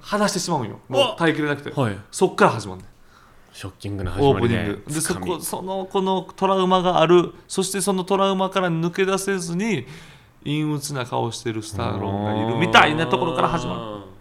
Speaker 2: 離してしまうんよ
Speaker 1: う
Speaker 2: も
Speaker 1: わ
Speaker 2: う耐えきれなくて、
Speaker 1: はい
Speaker 2: そっから始まるね
Speaker 1: ショッキングな始
Speaker 2: オ
Speaker 1: ま
Speaker 2: ープ
Speaker 1: り
Speaker 2: ニ
Speaker 1: で
Speaker 2: ングでそ
Speaker 1: 掴み
Speaker 2: こそのこのトラウマがあるそしてそのトラウマから抜け出せずに陰鬱な顔してるスターローンがいるみたいなところから始まる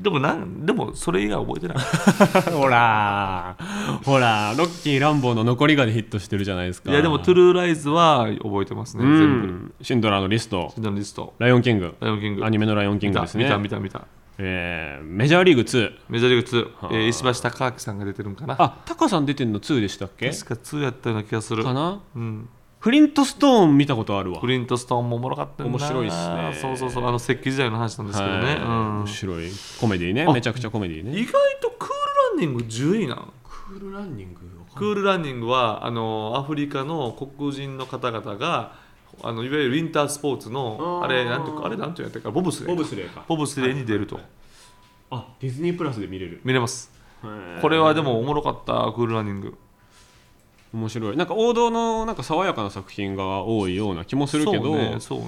Speaker 2: でもなんでもそれ以外覚えてない
Speaker 1: る [LAUGHS] ほらーほらーロッキーランボーの残りがでヒットしてるじゃないですか
Speaker 2: いやでもトゥルーライズは覚えてますね
Speaker 1: う
Speaker 2: 全部
Speaker 1: んシンドラーのリスト
Speaker 2: シンドラーのリスト
Speaker 1: ライオンキング
Speaker 2: ライオンキング
Speaker 1: アニメのライオンキン
Speaker 2: 見
Speaker 1: グ
Speaker 2: た
Speaker 1: ですね
Speaker 2: 見た見た見た
Speaker 1: えーメジャーリーグ2
Speaker 2: メジャーリーグ2、えー石橋貴明さんが出てるんかな確
Speaker 1: あタカさん出てんの2でしたっけ
Speaker 2: か2やったような気がする
Speaker 1: かな
Speaker 2: うん
Speaker 1: フリントストーン見たことあるわ
Speaker 2: クリント・ストーンもおもろかったよな
Speaker 1: 面白いっすね
Speaker 2: そうそうそうあの石器時代の話なんですけどね、
Speaker 1: はい
Speaker 2: うん
Speaker 1: 面白いコメディね
Speaker 2: あ
Speaker 1: めちゃくちゃコメディね
Speaker 2: 意外とクールランニング10位なの
Speaker 1: クールランニング
Speaker 2: クールランニングはあのアフリカの黒人の方々があのいわゆるウィンタースポーツの
Speaker 1: あー
Speaker 2: あれなんていうかあれなんていうんやったっけボブスレ
Speaker 1: ボ
Speaker 2: ー
Speaker 1: ブ
Speaker 2: か
Speaker 1: スレーか
Speaker 2: ボブスレーに出ると
Speaker 1: あディズニープラスで見れる
Speaker 2: 見れますこ
Speaker 1: こ
Speaker 2: れはでもおもろかったクールランニング
Speaker 1: 面白いなんか王道のなんか爽やかな作品が多いような気もするけ
Speaker 2: そう
Speaker 1: ど、
Speaker 2: ねそうね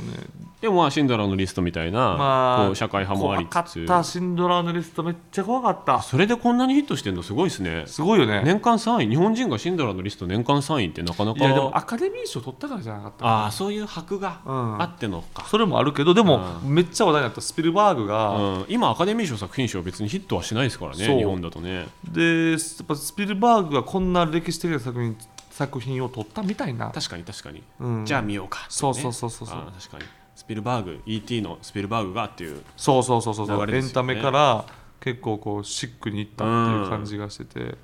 Speaker 1: でもまあシンドラーのリストみたいな、
Speaker 2: まあ
Speaker 1: こう社会派もありつつ
Speaker 2: 怖かったシンドラーのリストめっちゃ怖かった
Speaker 1: それでこんなにヒットしてるのすごいですね
Speaker 2: すごいよね
Speaker 1: 年間3位日本人がシンドラーのリスト年間3位ってなかないか
Speaker 2: やでもアカデミー賞取ったからじゃなかった
Speaker 1: ああそういう箔が
Speaker 2: うん
Speaker 1: あってのか、
Speaker 2: それもあるけどでもめっちゃ話題になったスピルバーグ
Speaker 1: う
Speaker 2: が、
Speaker 1: ん今アカデミー賞作品賞別にヒットはしないですからね
Speaker 2: そう
Speaker 1: 日本だとね
Speaker 2: でやっぱスピルバーグがこんな歴史的な作品作品を撮ったみたいな、
Speaker 1: 確かに確かに、
Speaker 2: うん、
Speaker 1: じゃあ見ようかってね、
Speaker 2: そうそうそうそうそう
Speaker 1: あー確かにスピルバーグ ET のスピルバーグがっていう
Speaker 2: そうそうそうそうそう、
Speaker 1: 流れ
Speaker 2: エ
Speaker 1: です
Speaker 2: ン
Speaker 1: よ
Speaker 2: タ
Speaker 1: ね
Speaker 2: メから結構こうシックにいったっていう感じがしてて、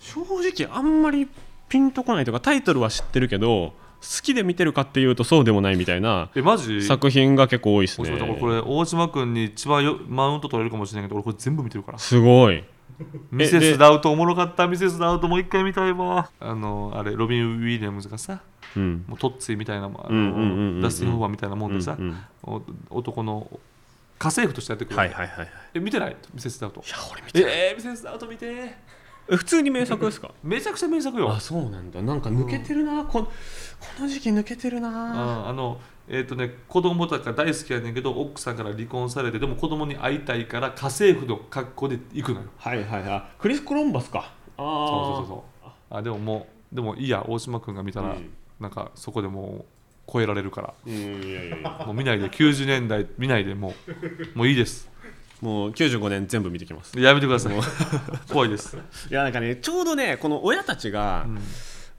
Speaker 1: 正直あんまりピンとこないというかタイトルは知ってるけど好きで見てるかっていうとそうでもないみたいな
Speaker 2: えマジ
Speaker 1: 作品が結構多いです
Speaker 2: 面
Speaker 1: ね
Speaker 2: 白かったこれ大島君に一番よマウント取れるかもしれないけど俺これ全部見てるから
Speaker 1: すごい
Speaker 2: ミセス・ダウトおもろかったミセス・ダウトもう一回見たいわあのあれロビン・ウィリアムズがさ
Speaker 1: うん
Speaker 2: もうトッツィみたいなもんあ
Speaker 1: うんうんうんうんう
Speaker 2: の
Speaker 1: ん
Speaker 2: ダスティン・ホーバーみたいなもんでさ、
Speaker 1: うんうん
Speaker 2: お男の家政婦としてやってくる、
Speaker 1: はいはいはい
Speaker 2: え見てないミセス・ダウト
Speaker 1: や俺見
Speaker 2: えー、ミセス・ダウト見て
Speaker 1: え普通に名作ですか
Speaker 2: めちゃくちゃ名作よ
Speaker 1: あそうなんだなんか抜けてるな、このこの時期抜けてるな
Speaker 2: ああのえっ、とね子供とか大好きやねんけど奥さんから離婚されてでも子供に会いたいから家政婦の格好で行くのよ
Speaker 1: はいはいはいクリス・コロンバスかあ
Speaker 2: そうそう
Speaker 1: う
Speaker 2: そうそうあでももうでもいいや大島君が見たら、
Speaker 1: うん
Speaker 2: なんかそこでもう超えられるか
Speaker 1: そううんいやいやいや
Speaker 2: らもう見ないで90年代見ないでもうもういいです
Speaker 1: もう95年全部見てきます
Speaker 2: やめてください怖いです、
Speaker 1: いやなんかねちょうどねこの親たちが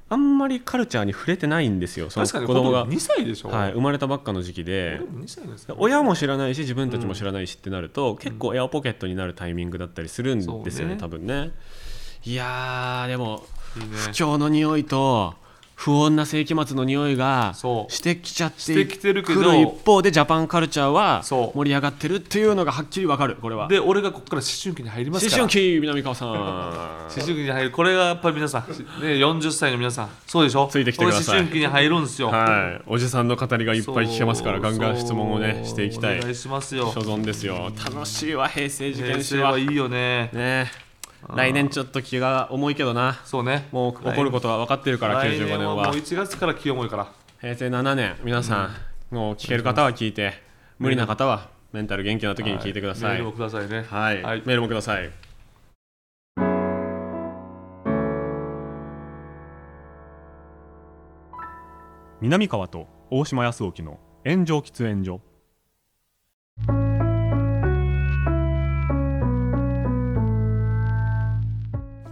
Speaker 1: あんまりカルチャーに触れてないんですよその
Speaker 2: 確かに
Speaker 1: 子
Speaker 2: 子
Speaker 1: 供
Speaker 2: 供
Speaker 1: が
Speaker 2: が2歳でしょ、
Speaker 1: はい、生まれたばっかの時期で
Speaker 2: でも2歳ですよ
Speaker 1: 親も知らないし自分たちも知らないしってなると、結構エアポケットになるタイミングだったりするんですよね
Speaker 2: そうね
Speaker 1: 多分ねいやーでも
Speaker 2: いいね
Speaker 1: 不況の匂いと不穏な世紀末の匂いが
Speaker 2: そう
Speaker 1: してきちゃって
Speaker 2: してきてるけど
Speaker 1: くる一方でジャパンカルチャーは
Speaker 2: そう
Speaker 1: 盛り上がってるっていうのがはっきりわかるこれは
Speaker 2: で俺がここから思春期に入りま
Speaker 1: 思
Speaker 2: すから
Speaker 1: 春期南川さん
Speaker 2: 思春期に入るこれがやっぱり皆さん、ね、40歳の皆さんそうでしょ
Speaker 1: ついてきてください
Speaker 2: 俺思春期に入るんですよ、
Speaker 1: [LAUGHS] はい、おじさんの語りがい
Speaker 2: い
Speaker 1: っぱい聞けますからガンガン質問をねしていきたい
Speaker 2: お願いしますよ
Speaker 1: 所存ですよ楽しいわ平成受
Speaker 2: 平
Speaker 1: 験
Speaker 2: 成
Speaker 1: 生
Speaker 2: は
Speaker 1: はい
Speaker 2: いよね
Speaker 1: ね来年ちょっと気が重いけどな
Speaker 2: そうね
Speaker 1: もう起こることは分かってるから
Speaker 2: 来
Speaker 1: 95
Speaker 2: 年
Speaker 1: 年
Speaker 2: はも
Speaker 1: は
Speaker 2: う1月から気重いから
Speaker 1: 平成7年皆さん、もう聞ける方は聞いて無理な方はメンタル元気な時に聞いてくださ
Speaker 2: メー
Speaker 1: い、
Speaker 2: ルを
Speaker 1: はい
Speaker 2: くださいねはい
Speaker 1: メールもください南川と大島康沖の炎上喫煙所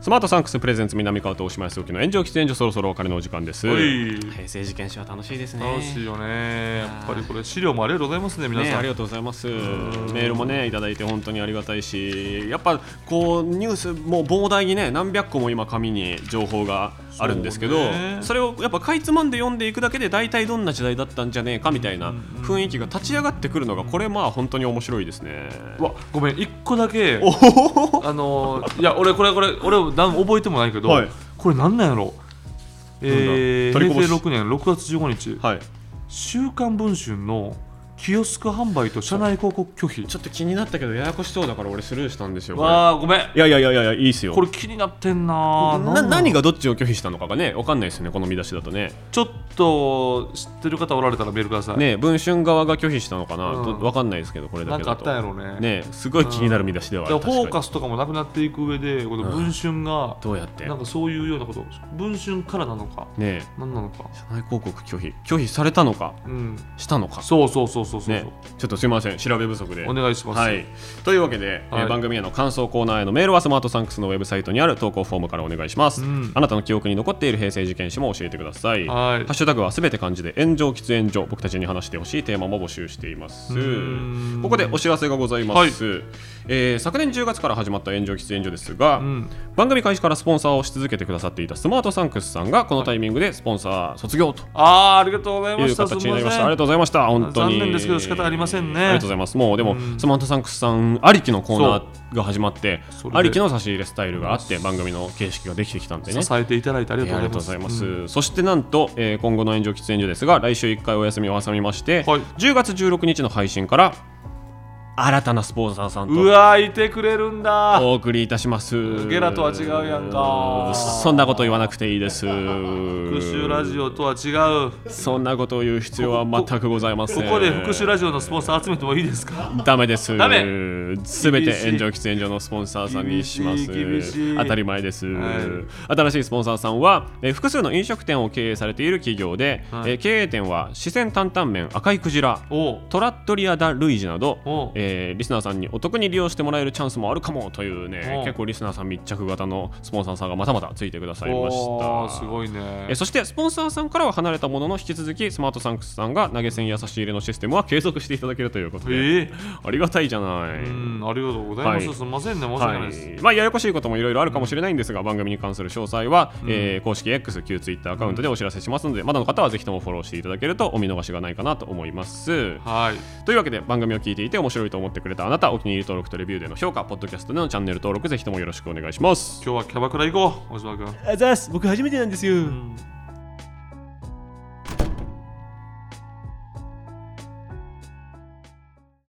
Speaker 1: スマートサンクスプレゼンツ南川と大島康沖の炎上喫煙所そろそろお金のお時間です
Speaker 2: おい
Speaker 1: 平成事件史は楽しいですね
Speaker 2: 楽しいよねやっぱりこれ資料もありがとうございますね皆
Speaker 1: ね、
Speaker 2: さ
Speaker 1: あり
Speaker 2: ん
Speaker 1: がとうございますメールもねいただいて本当にありがたいしやっぱこうニュースもう膨大にね何百個も今紙に情報があるんですけど
Speaker 2: そ
Speaker 1: そ,、
Speaker 2: うね
Speaker 1: れをやっぱかいつまんで読んでいくだけで大体どんな時代だったんじゃねえかみたいな雰囲気が立ち上がってくるのがこれまあ本当に面白いですね
Speaker 2: うわごめん一個だけあのーいや俺これこれ俺なん覚えてもないけど
Speaker 1: はい
Speaker 2: これなんなんやろえー
Speaker 1: 取りこぼ
Speaker 2: 平
Speaker 1: し
Speaker 2: 成6年6月15日
Speaker 1: はい
Speaker 2: 週刊文春のキオスク販売と社内広告拒否
Speaker 1: ちょっと気になったけどややこしそうだから俺スルーしたんですよこれ
Speaker 2: わあごめん
Speaker 1: いやいやいやいやいいっすよ
Speaker 2: これ気になってんな
Speaker 1: な何
Speaker 2: が
Speaker 1: がどっちを拒否したのかがね分かんないですよねこの見出しだとね
Speaker 2: ちょっと知ってる方おられたらメールください
Speaker 1: ね文春側が拒否したのかな、
Speaker 2: うん
Speaker 1: と分かんないですけどこれだ
Speaker 2: なん
Speaker 1: け
Speaker 2: かあ
Speaker 1: だ
Speaker 2: っ
Speaker 1: と
Speaker 2: たんやろうね
Speaker 1: ねすごい気になる見出しでは
Speaker 2: だ
Speaker 1: あ
Speaker 2: か
Speaker 1: る
Speaker 2: らフ
Speaker 1: 確か
Speaker 2: ォーカ
Speaker 1: に
Speaker 2: スとかもなくなっていく上でこの文春が
Speaker 1: どうやって
Speaker 2: なんかそういうようなこと文春からなのか
Speaker 1: ね
Speaker 2: 何なのか
Speaker 1: 社内広告拒否拒否されたのか
Speaker 2: うん
Speaker 1: したのか
Speaker 2: そうそうそうそうそうそう
Speaker 1: ね、ちょっとすいません調べ不足で
Speaker 2: お願いします
Speaker 1: はい、というわけで、えー
Speaker 2: はい
Speaker 1: 番組への感想コーナーへのメールはスマートサンクスのウェブサイトにある投稿フォームからお願いします、
Speaker 2: うん
Speaker 1: あなたの記憶に残っている平成事件史も教えてくださいハ
Speaker 2: はい
Speaker 1: ッシュタグはすべて漢字で炎上喫煙所僕たちに話してほしいテーマも募集しています
Speaker 2: うん
Speaker 1: ここでお知らせがございます、えー昨年10月から始まった炎上喫煙所ですが、
Speaker 2: うん
Speaker 1: 番組開始からスポンサーをし続けてくださっていたスマートサンクスさんがこのタイミングでスポンサー卒業と
Speaker 2: あーありがとうございま
Speaker 1: いう
Speaker 2: した
Speaker 1: 形になりまし
Speaker 2: す
Speaker 1: た。ありが
Speaker 2: ん
Speaker 1: とうございました。本当に
Speaker 2: 残念ですけど仕方ありませんね
Speaker 1: ありがとうございます。もうでも、
Speaker 2: うん
Speaker 1: スマートサンクスさんありきのコーナーが始まって
Speaker 2: そ、れで
Speaker 1: ありきの差し入れスタイルがあって番組の形式ができてきたんでね。
Speaker 2: 支えていただいてあり
Speaker 1: えーあり
Speaker 2: がと
Speaker 1: がとうご
Speaker 2: うござ
Speaker 1: ざ
Speaker 2: い
Speaker 1: い
Speaker 2: ま
Speaker 1: ますす、
Speaker 2: うん
Speaker 1: そしてなんと、えー今後の炎上喫煙所ですが来週1回お休みを挟みまして、
Speaker 2: はい
Speaker 1: 10月16日の配信から新たなスポンサーさんと
Speaker 2: うわーいてくれるんだ [LAUGHS]
Speaker 1: お送りいたします
Speaker 2: ゲラとは違うやんか
Speaker 1: そんなこと言わなくていいです
Speaker 2: 復
Speaker 1: 復
Speaker 2: 讐ラジオとは違う
Speaker 1: そんなことを言う必要は全くございませ
Speaker 2: こ
Speaker 1: ん
Speaker 2: こで復讐ラジオのスポンサー集めてもいいですか
Speaker 1: ダメです
Speaker 2: ダメ
Speaker 1: すべて
Speaker 2: 厳しい
Speaker 1: 炎上喫煙所のスポンサーさんにします
Speaker 2: 厳しい厳しい
Speaker 1: 当たり前です、
Speaker 2: は
Speaker 1: 新しいスポンサーさんは、えー複数の飲食店を経営されている企業で、
Speaker 2: はい
Speaker 1: えー経営店は四川担々麺赤いクジラ
Speaker 2: おう
Speaker 1: トラットリア・ダ・ルイージなど
Speaker 2: おう、
Speaker 1: えーリスナーさんにお得に利用してもらえるチャンスもあるかもというね
Speaker 2: おう
Speaker 1: 結構リスナーさん密着型のスポンサーさんがまたまたついてくださいま
Speaker 2: おー
Speaker 1: した
Speaker 2: すごいね
Speaker 1: えーそしてスポンサーさんからは離れたものの引き続きスマートサンクスさんが投げ銭や差し入れのシステムは継続していただけるということで、
Speaker 2: ええ
Speaker 1: ありがたいじゃない。
Speaker 2: うんありがとうございます、
Speaker 1: はい
Speaker 2: すみませんね申し訳
Speaker 1: は
Speaker 2: ないです、
Speaker 1: いまあ、ややこしいこともいろいろあるかもしれないんですが、番組に関する詳細は、えー公式 X、旧 Twitter アカウントでお知らせしますので、まだの方はぜひともフォローしていただけるとお見逃しがないかなと思います。
Speaker 2: はい
Speaker 1: というわけで、番組を聞いていて面白いと思ってくれたあなた、お気に入り登録とレビューでの評価、ポッドキャストでのチャンネル登録、ぜひともよろしくお願いします。
Speaker 2: 今日はキャバクラ行こう大島君
Speaker 4: あざっす僕初めてなんですよ、
Speaker 2: うん